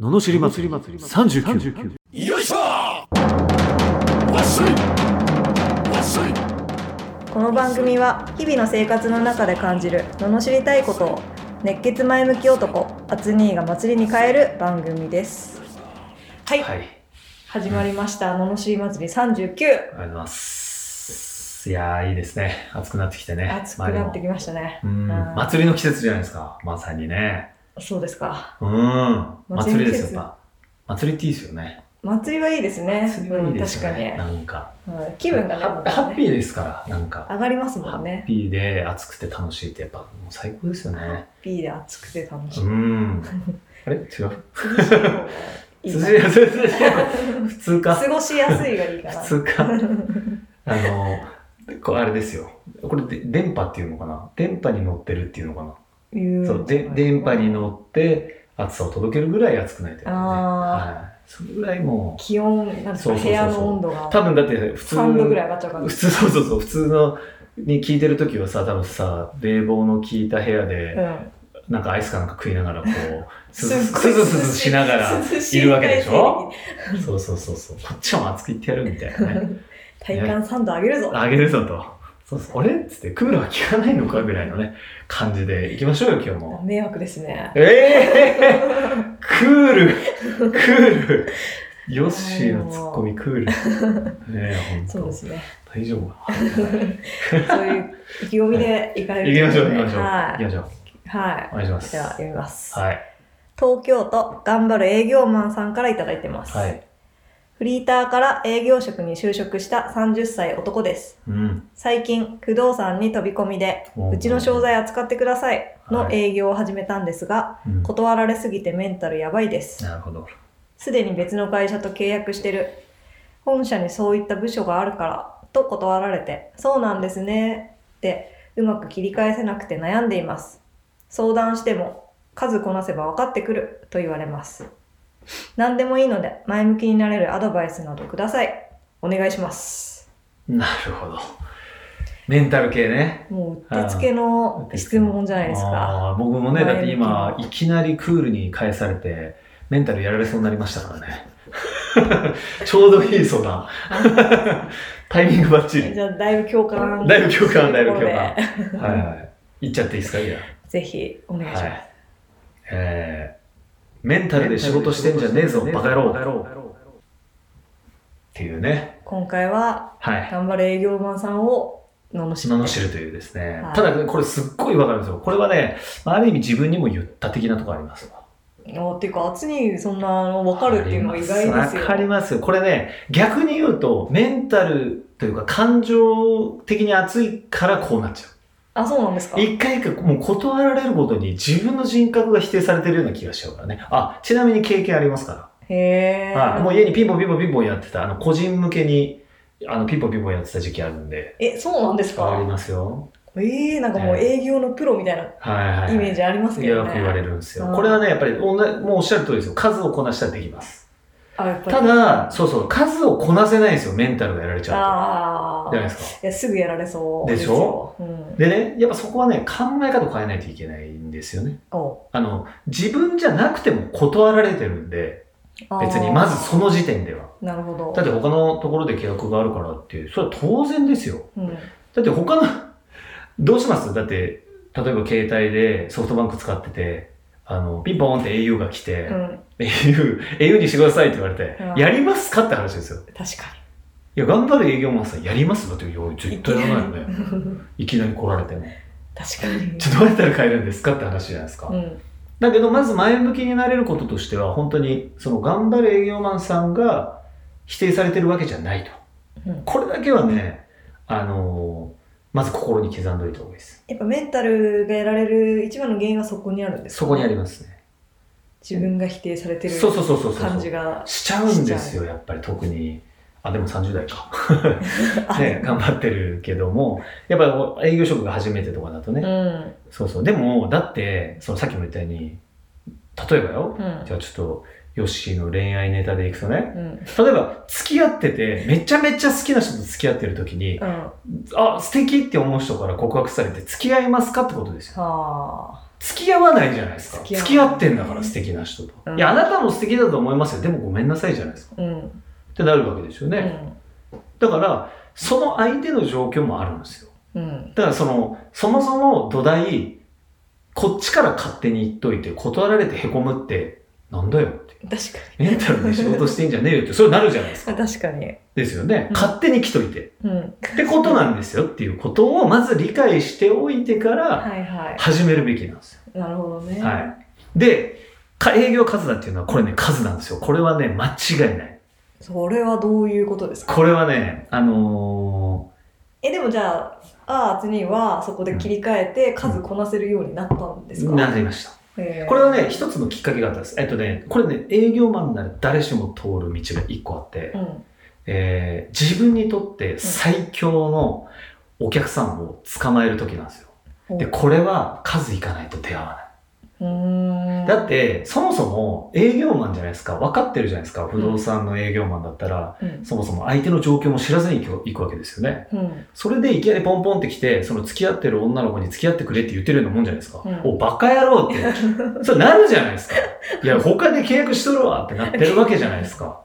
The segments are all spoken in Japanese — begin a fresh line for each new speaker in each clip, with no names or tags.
ののしり祭り39
よいしょわっしょいわっしょい
この番組は日々の生活の中で感じる罵りたいことを熱血前向き男アツニーが祭りに変える番組ですはい、
はい。
始まりました罵り祭り39
ありがとうございます。いやー、いいですね。暑くなってきてね。
暑くなってきましたね
周りもうん。祭りの季節じゃないですか。まさにね。
そうですか
うん。
祭
祭
り
り
の季節
ですよ、やっぱ。祭りっていいですよね。
祭りはいいですね
祭りはいいですよね。
うん
確かに。なんか。
確かに、うん、気分がね
ハ
もう
ッ
ね
ハッピーですから、なんか。
上がりますも
ハ
ん
ッ
ね
ピーで暑くて楽しいってやっぱもう最高ですよね。
ハッピーで暑くて楽し
う
い
ん。あれ違う。
涼しい方がいい
涼
か
し
ない
普通か
過。ごしやすいがい いかな
普通 か。あの、こうあれですよ。これで電波っていうのかな電波に乗ってるっていうのかな
いう
そうで電波に乗って暑さを届けるぐらい暑くないというかね、
あー
はい、それぐらいも
気温なんです
そうそうそう
か
そう
部屋の温度が
う多分だって普通
3度ぐらい上がっちゃうから
普通そうそうそう普通のに聞いてる時はさ多分さ冷房の効いた部屋で、
うん
なんかアイスかなん か食いながらこうす
すっごい
ずすずしな がらいるわけでしょそうそうそうそうこっちも暑く言ってやるみたいなね
体感3度上げるぞ、
あげるぞとそうそうあれっつって来るのは聞かないのかぐらいのね感じで行きましょうよ今日も。
迷惑ですね
ええー、クールクールヨッシーのツッコミクールねえ
そう
本
ですね
当大丈夫か
そういう意気込みで行かれ
行き
る
ましょう
とい
行き
こ
ま
と
し
で
ょう行きましょ
は
う
い、は
お願いしま
い、
す
では読みます、
はい
東京都頑張る営業マンさんからいただいてます、
はい
フリーターから営業職に就職した30歳男です
うん
最近不動産に飛び込みで
おー
うちの商材扱ってくださいの
はい
営業を始めたんですが、
うん
断られすぎてメンタルやばいです
なるほど
すでに別の会社と契約してる。本社にそういった部署があるから、と断られて、そうなんですね、ってうまく切り返せなくて悩んでいます。相談しても、数こなせば分かってくる、と言われます。何でもいいので、前向きになれるアドバイスなどください。お願いします。
なるほどメンタル系ね
もう、うってつけの質問じゃないですか。
あー僕もねだって
前
今
向
いきなりクールに返されてメンタルやられそうになりましたからね ちょうどいいそう なタイミングバッチリ
じゃあ、だいぶ共感。
だいぶ共感だいぶ共
というとこ
感はいはい。いっちゃっていいですか、じゃ
ろで。ぜひ、お願いし
あ。
ま
は
す。
い。えー、メンタルで仕事してんじゃねえぞ、バカ野郎。っていうね。
今回は、
はい。
頑張れ営業マンさんを、ののし
島の知るというですね。
はい
ただ、これすっごいわかるんですよ。これはね、ある意味自分にも言った的なところありますわ。
あっていうか、厚にそんなの分かるっていうのは意外ですよ。
わかりますよ。これね、逆に言うと、メンタルというか感情的に熱いからこうなっちゃう。
あ、そうなんですか。
一回一回もう断られるごとに自分の人格が否定されてるような気がしちゃうからね。あ、ちなみに経験ありますから。
へえ。
はい、もう家にピンポンピンポンピンポンやってた、あの、個人向けに、あの、ピンポンピンポンやってた時期あるんで。
え、そうなんです
変わり
か。
ますよ。
ええなんかもう営業のプロみたいな
はいはい、はい。
イメージありますけど
よ
ね。
く言われるんですよ。
うん
これはね、やっぱり、おんなもうおっしゃる通りですよ。数をこなしたらできます。
あ、やっぱり。
ただ、そうそう、数をこなせないんですよ。メンタルがやられちゃうと。
ああ
じゃないですか。
いや、すぐやられそうす
でしょ
よ。うん。
でね、やっぱそこはね、考え方を変えないといけないんですよね。
お
あの、自分じゃなくても断られてるんで、別に、まずその時点では。
う。なるほど。
だって他のところで契約があるからって、それは当然ですよ。
うん。
だって他の、どうしますだって、例えば携帯でソフトバンク使ってて、あの、ピンポーンって au が来て、
うん
au、au にしてくださいって言われて
うん、
やりますかって話ですよ。
確か
いや、頑張る営業マンさんやりますだって、いや、絶対やらないよね。
に。
いきなり来られても。
確かに。
ちょっとどうやったら変えるんですかって話じゃないですか。
うん。
だけど、まず前向きになれることとしては、本当に、その頑張る営業マンさんが否定されてるわけじゃないと。
うん
これだけはね、あのまず心に刻んどいた方がいいです。
やっぱメンタルがやられる一番の原因はそこにあるんですか
そこにありますね。
自分が否定されてる
そうそうそうそうそう
感じが。
しちゃうんですよやっぱり特にあでも30代か、
あ
ね、頑張ってるけどもやっぱりこう営業職が初めてとかだとね、
うん。
そうそうでもだってそのさっきも言ったように例えばよ、
うん
じゃあちょっとヨッシーの恋愛ネタでいくとね、
うん。
例えば、付き合ってて、めちゃめちゃ好きな人と付き合ってる時に、
うん。は
あ、素敵って思う人から告白されて、付き合いますかってことですよ。
あ。
付き合わないじゃないですか。
付
付
き合
き
わない
合ってんだから素敵な人と。
うん
いや、あなたも素敵だと思いますよ。でもごめんなさいじゃないですか。
うん。
ってなるわけですよ
う
ね。
ん。
だから、その相手の状況もあるんですよ。
うん。
だからその、そもそも土台、こっちから勝手に言っといて、断られて凹むって、なんだよって。
確か
メンタルで仕事してんじゃねえよって、そうなるじゃないですか。
に。確かに。
ですよね
う。ん
勝手に来といて。
うん。
ってことなんですよっていうことを、まず理解しておいてから、
はいは
始めるべきなんです
い。なるほどね。
よ。はい。で、か営業数だっていうのは、これね、数なんですよ。これはね、間違いない。
それはどういうことですか
これはね、あの
え、でもじゃあ、アーツにはそこで切り替えて数こなせるようになったんです
ー、
か、
なりました。
へー
これはね、一つのきっかけがあったんです。えっとね、これね、営業マンなら誰しも通る道が一個あって
う、ん。
えー自分にとって最強のお客さんを捕まえる時なんですよ。で、これは数いかないと出会わ
うー。
なんい。だって、そもそも営業マンじゃないですか。分かってるじゃないですか。不動産の営業マンだったら、
うん、
そもそも相手の状況も知らずに行く行くわけですよね。
うん。
それでいきなりポンポンって来て、その付き合ってる女の子に付き合ってくれって言ってるようなもんじゃないですか。
うん
お、バカ野郎 って。それなるじゃないですか。いや、他で契約しとるわってなってるわけじゃないですか。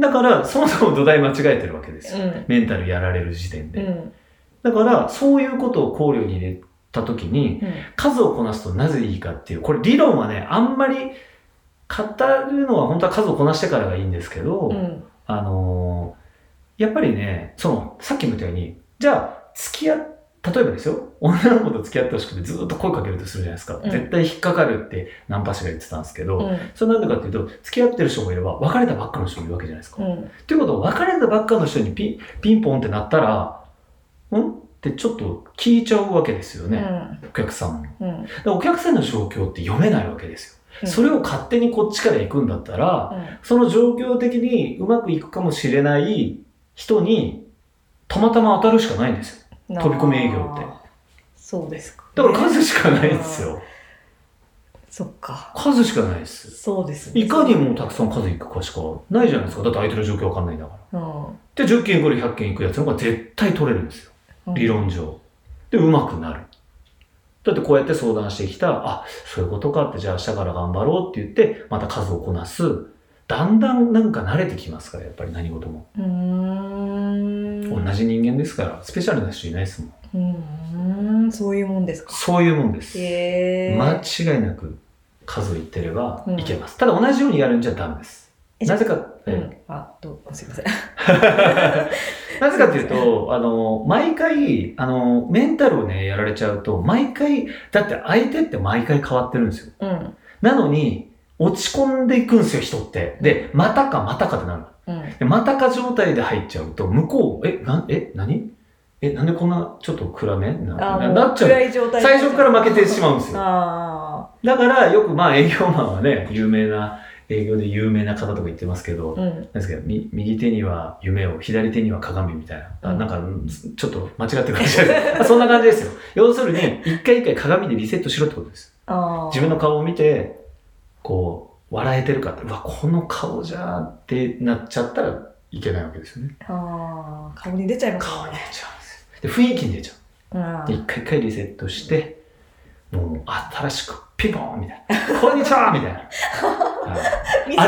だから、そもそも土台間違えてるわけですよ。
うん。
メンタルやられる時点
う
で。
ん。
だから、そういうことを考慮に入れたときに、
うん。
数をこなすとなぜいいかっていう、これ理論はね、あんまり語るのは本当は数をこなしてからがいいんですけど、
うん。
あのーやっぱりね、その、さっきも言ったように、じゃあ、付き合っ、例えばですよ、女の子と付き合ってほしくてずっと声かけるとするじゃないですか。
うん
絶対引っかかるってナンパ師が言ってたんですけど、
うん。
それなんでかっていうと、付き合ってる人もいれば、別れたばっかの人もいるわけじゃないですか。
う
と、
ん。
いうことは、別れたばっかの人にピンピンポンってなったら、んってちょっと聞いちゃうわけですよ
う
ね、
ん。
お客さんも。だか
うん。
らお客さんの状況って読めないわけですよ。
うん
それを勝手にこっちから行くんだったら、
うん
その状況的にうまくいくかもしれない人に、たまたま当たるしかないんですよ。飛び込み営業って。
そうですか。
だから数しかないですよ。
そっか。
数しかないです。
そうですね。
いかにもたくさん数いくかしかないじゃないですか。だって相手の状況わかんないんだから。
うん。
で、10件来る100件いくやつの方が絶対取れるんですよ。
うん
理。論上。で、うまくなる。だってこうやって相談してきた、あ、そういうことかって、じゃあ明日から頑張ろうって言って、また数をこなす。だんだんなんか慣れてきますから、やっぱり何事も。
うーん。
同じ人間ですから、スペシャルな人いないですもん。
うーん。そういうもんですか。
そういうもんです。
へえ。
間違いなく数を言ってれば
うん
いけます。ただ同じようにやるんじゃダメです。
えじゃ
な
あ
ぜか、
う
え
ん。あ、どうすいません。
えなぜかっていうと、あの、毎回、あの、メンタルをね、やられちゃうと、毎回、だって相手って毎回変わってるんですよ。
うん。
なのに、落ち込んでいくんですよ、人って。で、またかまたかってなる。
うん。
で、またか状態で入っちゃうと、向こう、え、な、え、何え、なんでこんな、ちょっと暗めな
あ
な
もう
なっちゃう。
暗い状態
最初から負けてしまうんですよ。
あ
だから、よくまあ営業マンはね、有名な、営業で有名な方とか言ってますけど、
あ。うん。
なんですけど、み右手には夢を、左手には鏡みたいな。あ
うん
なんか、ちょっと間違ってる感じです そんな感じですよ。要するに、一回一回鏡でリセットしろってことです。
ああ。
自分の顔を見て、こう、笑えてるかって、うわ、この顔じゃってなっちゃったらいけないわけですよね。
ああ、顔に出ちゃいます
顔に
ね
出。ちゃうんですよ。で、雰囲気に出ちゃう。
うん
で一回一回リセットして、もう新しくピンポンみたいな。こんにちはみたいな。はい
見せて
あ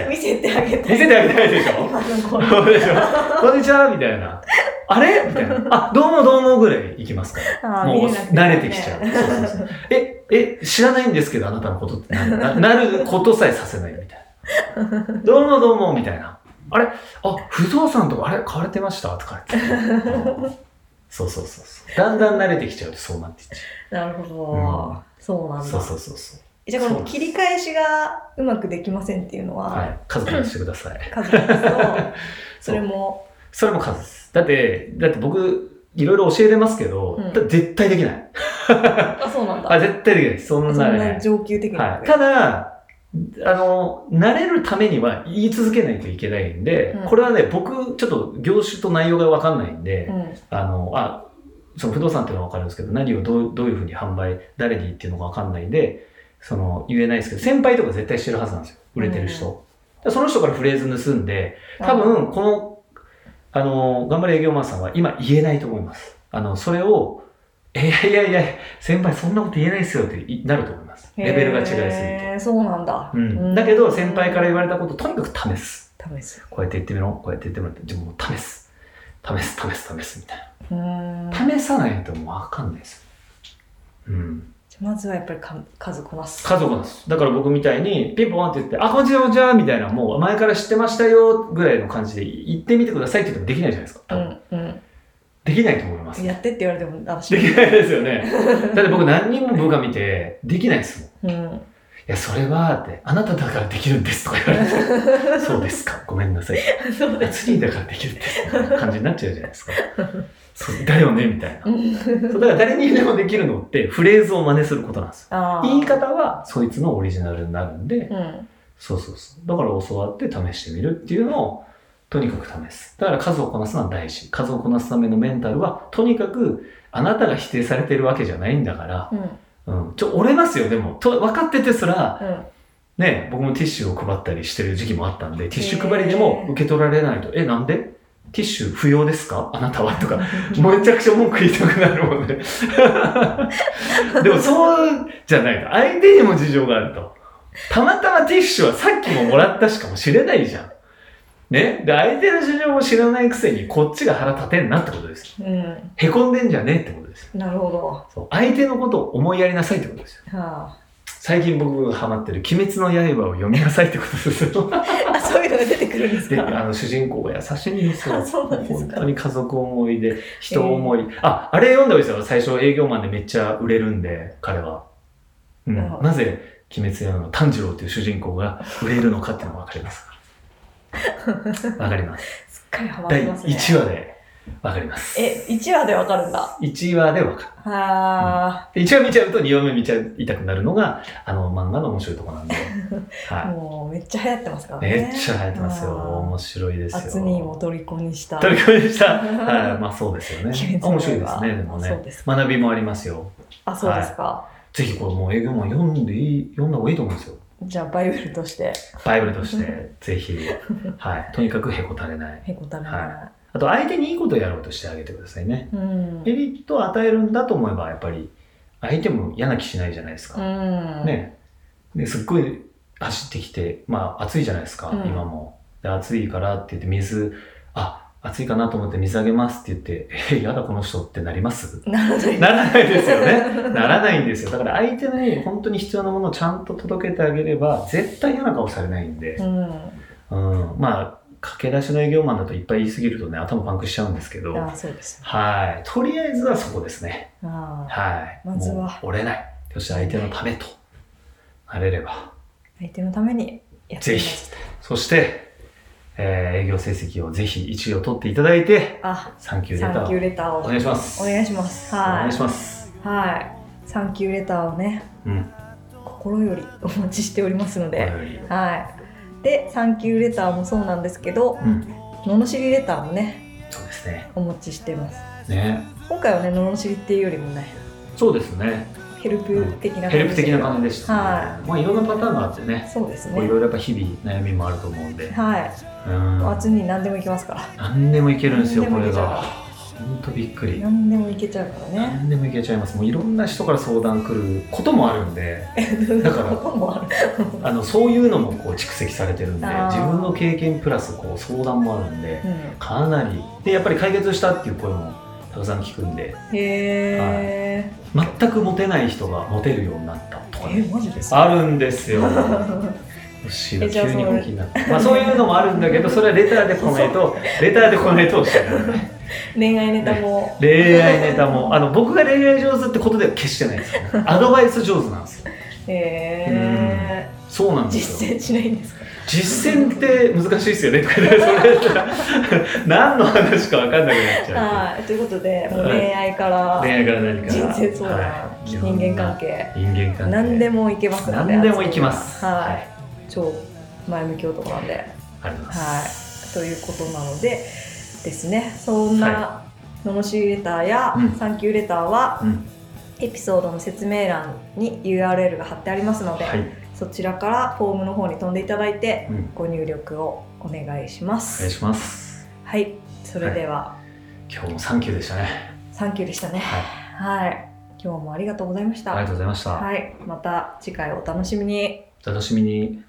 れ
見せてあげて。
見せてあげたいでし
今
ょ
の
こ
声
うでしょこんにちはみたいな。あれみたいな。あ、どうもどうもぐらい行きますから。
あー
もう
見なく
慣れてきちゃう。そうそうそうえ、え、知らないんですけどあなたのことってな ななることさえさせないみたいな。どうもどうもみたいな。あれあ、不動産とかあれ買われてましたとか言って。うんそうそうそうそう。だんだん慣れてきちゃうとそうなっていっちゃう。
なるほど、
うん
そうなんだ。
そうそうそうそう。
じゃあこの切り返しがうまくできませんっていうのは、
はい。数からしてください。
数ですと、 それ
そう
も、
それも数です。だって、だって僕、いろいろ教えれますけど、
うん
だ絶対できない。
あ、そうなんだ。
あ、絶対できない。そん
そん
なね。
な上級的な。
はい。ただ、あの、慣れるためには言い続けないといけないんで、
うん
これはね、僕、ちょっと業種と内容がわかんないんで、
うん、
あの、あ、その不動産っていうのはわかるんですけど、何をどうどういうふうに販売、誰にっていうのがわかんないんで、その、言えないですけど、先輩とか絶対してるはずなんですよ。売れてる人。でその人からフレーズ盗んで、多分、この、あの、頑張れ営業マンさんは今言えないと思います。あの、それを、いやいやいや、先輩そんなこと言えないですよっていなると思います。レベルが違いすぎて。
へーそうなんだ。
うん。だけど、先輩から言われたこととにかく試す。
試す。
こうやって言ってみろ、こうやって言ってみろって、じゃあもう試す。試す、試す、試す、みたいう
ーん
な。試さないともうわかんないですよ。うん。
じゃあまずはやっぱりか数こなす。
家族なんです。だから僕みたいに、ピンポンって言って、あ、こんにちは、こんにちは、みたいな、もう前から知ってましたよ、ぐらいの感じで、行ってみてくださいって言ってもできないじゃないですか。
う
多分
んうん。
できないと思います。
やってって言われても、あ、
できないですよね。だって僕何人も部下見て、できないですもん。い
うん。
や、それは、って、あなただからできるんですとか言われて、そうですか、ごめんなさい。
そうです。
ツリーだからできるんですみたいな感じになっちゃうじゃないですか。そうだよね、みたいな。
うん
そうだから誰にでもできるのって、フレーズを真似することなんですよ。
あー
言い。方は、そいつのオリジナルになるんで、
うん。
そうそうそう。だから教わって試してみるっていうのを、とにかく試す。だから数をこなすのは大事。数をこなすためのメンタルは、とにかく、あなたが否定されてるわけじゃないんだから、
うん。
うん。ちょ、折れますよ、でも。と、分かっててすら、
うん。
ね、僕もティッシュを配ったりしてる時期もあったんで、ティッシュ配りでも受け取られないと、え、なんでティッシュ不要ですかあなたはとか、めちゃくちゃ文句言いたくなるもんね。でもそうじゃないと。相手にも事情があると。たまたまティッシュはさっきももらったしかもしれないじゃん。ね。で、相手の事情も知らないくせにこっちが腹立てんなってことです。
うん。
へこんでんじゃねえってことです。
なるほど。は
そう相手のことを思いやりなさいってことですよ。
あ。
最近僕がハマってる鬼滅の刃を読みなさいってことですよ。
あ、 そういうのが出てくるんです
で、
か
あ の主人公が優しいんですよ。
あそうなんですか
本当に家族思いで、人思い。あ、あれ読んだ方がいいですよ。最初営業マンでめっちゃ売れるんで、彼は。うん。
なるほど
なぜ、鬼滅の刃の炭治郎という主人公が売れるのかっていうのがわかり ますから。わかります。
すっかりハマって
第
ますね。
1話でわかります。
え、1話でわかるんだ。
1話でわかる。
あ
で1話見ちゃうと2話目見ちゃいたくなるのが、あの漫画の面白いところなんで。
あ、
は
もうめっちゃ流行ってますから
い。
ね。
めっちゃ流行ってますよ。面白いですよ。
厚みも虜にし た。
取り込みでした。はい、まあそうですよ ね。
鬼滅の刃
面白いですね、でも
そう
ね。
ですか。
学びもありますよ。
あ、そうですか。
ぜひこれもう営業マン読んでいい、読んだ方がいいと思うんですよ。
じゃあバイブルとして
バイブルとして、ぜひ。はい。とにかくへこたれない。
へこたれな
あと、相手にいいことをやろうとしてあげてくださいね。
い。うん。
メリットを与えるんだと思えば、やっぱり、相手も嫌な気しないじゃないです
う
か。
ん。。
ね。ですっごい走ってきて、まあ暑いじゃないですか、
うん
今も。で暑いからって言って、水、あ、暑いかなと思って水あげますって言って、え、やだこの人ってなります
なるほど。
ならないですよね。ならないんですよ。だから相手に本当に必要なものをちゃんと届けてあげれば、絶対嫌な顔されないんで
う、ん。
うん、まあ、駆け出しの営業マンだといっぱい言い過ぎるとね、頭パンクしちゃうんですけど、
あ、そうです。
はい。とりあえずはそこですね。
ああ。
はい。
まずは
もう折れない。そして相手のためとなれれば。
相手のためにやってみ
ぜ
ま
ひ
した。
そして、えー営業成績をぜひ1位を取っていただいて、
あ、
サンキューレ
サ
タ
ンキュ
ーを
ーレターを
お願いします。
お願いします。
お
は
願い
い
し。ます。
はい。サンキューレターをね、
うん。
心よりお待ちしておりますの
お
で。
便りを
はい。で、サンキューレターもそうなんですけど、
うん。
罵りレターもね、
そうですね。
お持ちしてます。
ね。
今回はね、罵りっていうよりもね、
そうですね。
ヘルプ的な感じ
ヘルプ的な感じでした、ね。。
はい
まあいろんなパターンがあってね。
そうです
こうい
ね
ろ。いろやっぱ日々悩みもあると思うんで。
はい。
うん。
あっちに何でもいけますから。
何でもいけるんですよ、こ
何で
れ
もいけちゃう
が。本当びっくり。
何でもいけちゃうからね。
何でもいけちゃいます。もういろんな人から相談来ることもあるんで、だから
こともある。
あのそういうのもこう蓄積されてるんで、
あー
自分の経験プラスこう相談もあるんで、
うん。
かなり。で、やっぱり解決したっていう声もたくさん聞くんで、
へー。
全くモテない人がモテるようになったとか
え、
ね。
マジですか
あるんです よ。牛が
えじゃあ
急に
それ
本気になった。まあそういうのもあるんだけど、それはレターで来ないと、レターで来ないとしてない。
恋愛ネタも。
恋愛ネタも、あの僕が恋愛上手ってことでは決してないですよね。アドバイス上手なんですよ。
へー。
そうなんです
実
よ。
践しない んですか
実践って難しいですよね。とかねそれやったら何の話か分かんなくなっちゃう。
はい。ということで、もう
はい
恋愛から
恋愛から何から。
人生相談
は、い
人間関。係、
人間関係。
何でもいけますので。
何でもいきます。
は
はい
い。超前向き男なんで。
ありがとうございます。
ということなのでですねそんな罵りレターや
うん
サンキューレターは、
うん
エピソードの説明欄に URL が貼ってありますので、
はい。
そちらからフォームの方に飛んでいただいて
うん
ご入力をお願いし
お
ま
願い
す。
します
はい、それでは、
今日もサンキューでしたね
サンキューでしたね。
はい
はい、今日もありがとうございました。
ありがとうございました、
はい、また次回お楽しみに。
お楽しみに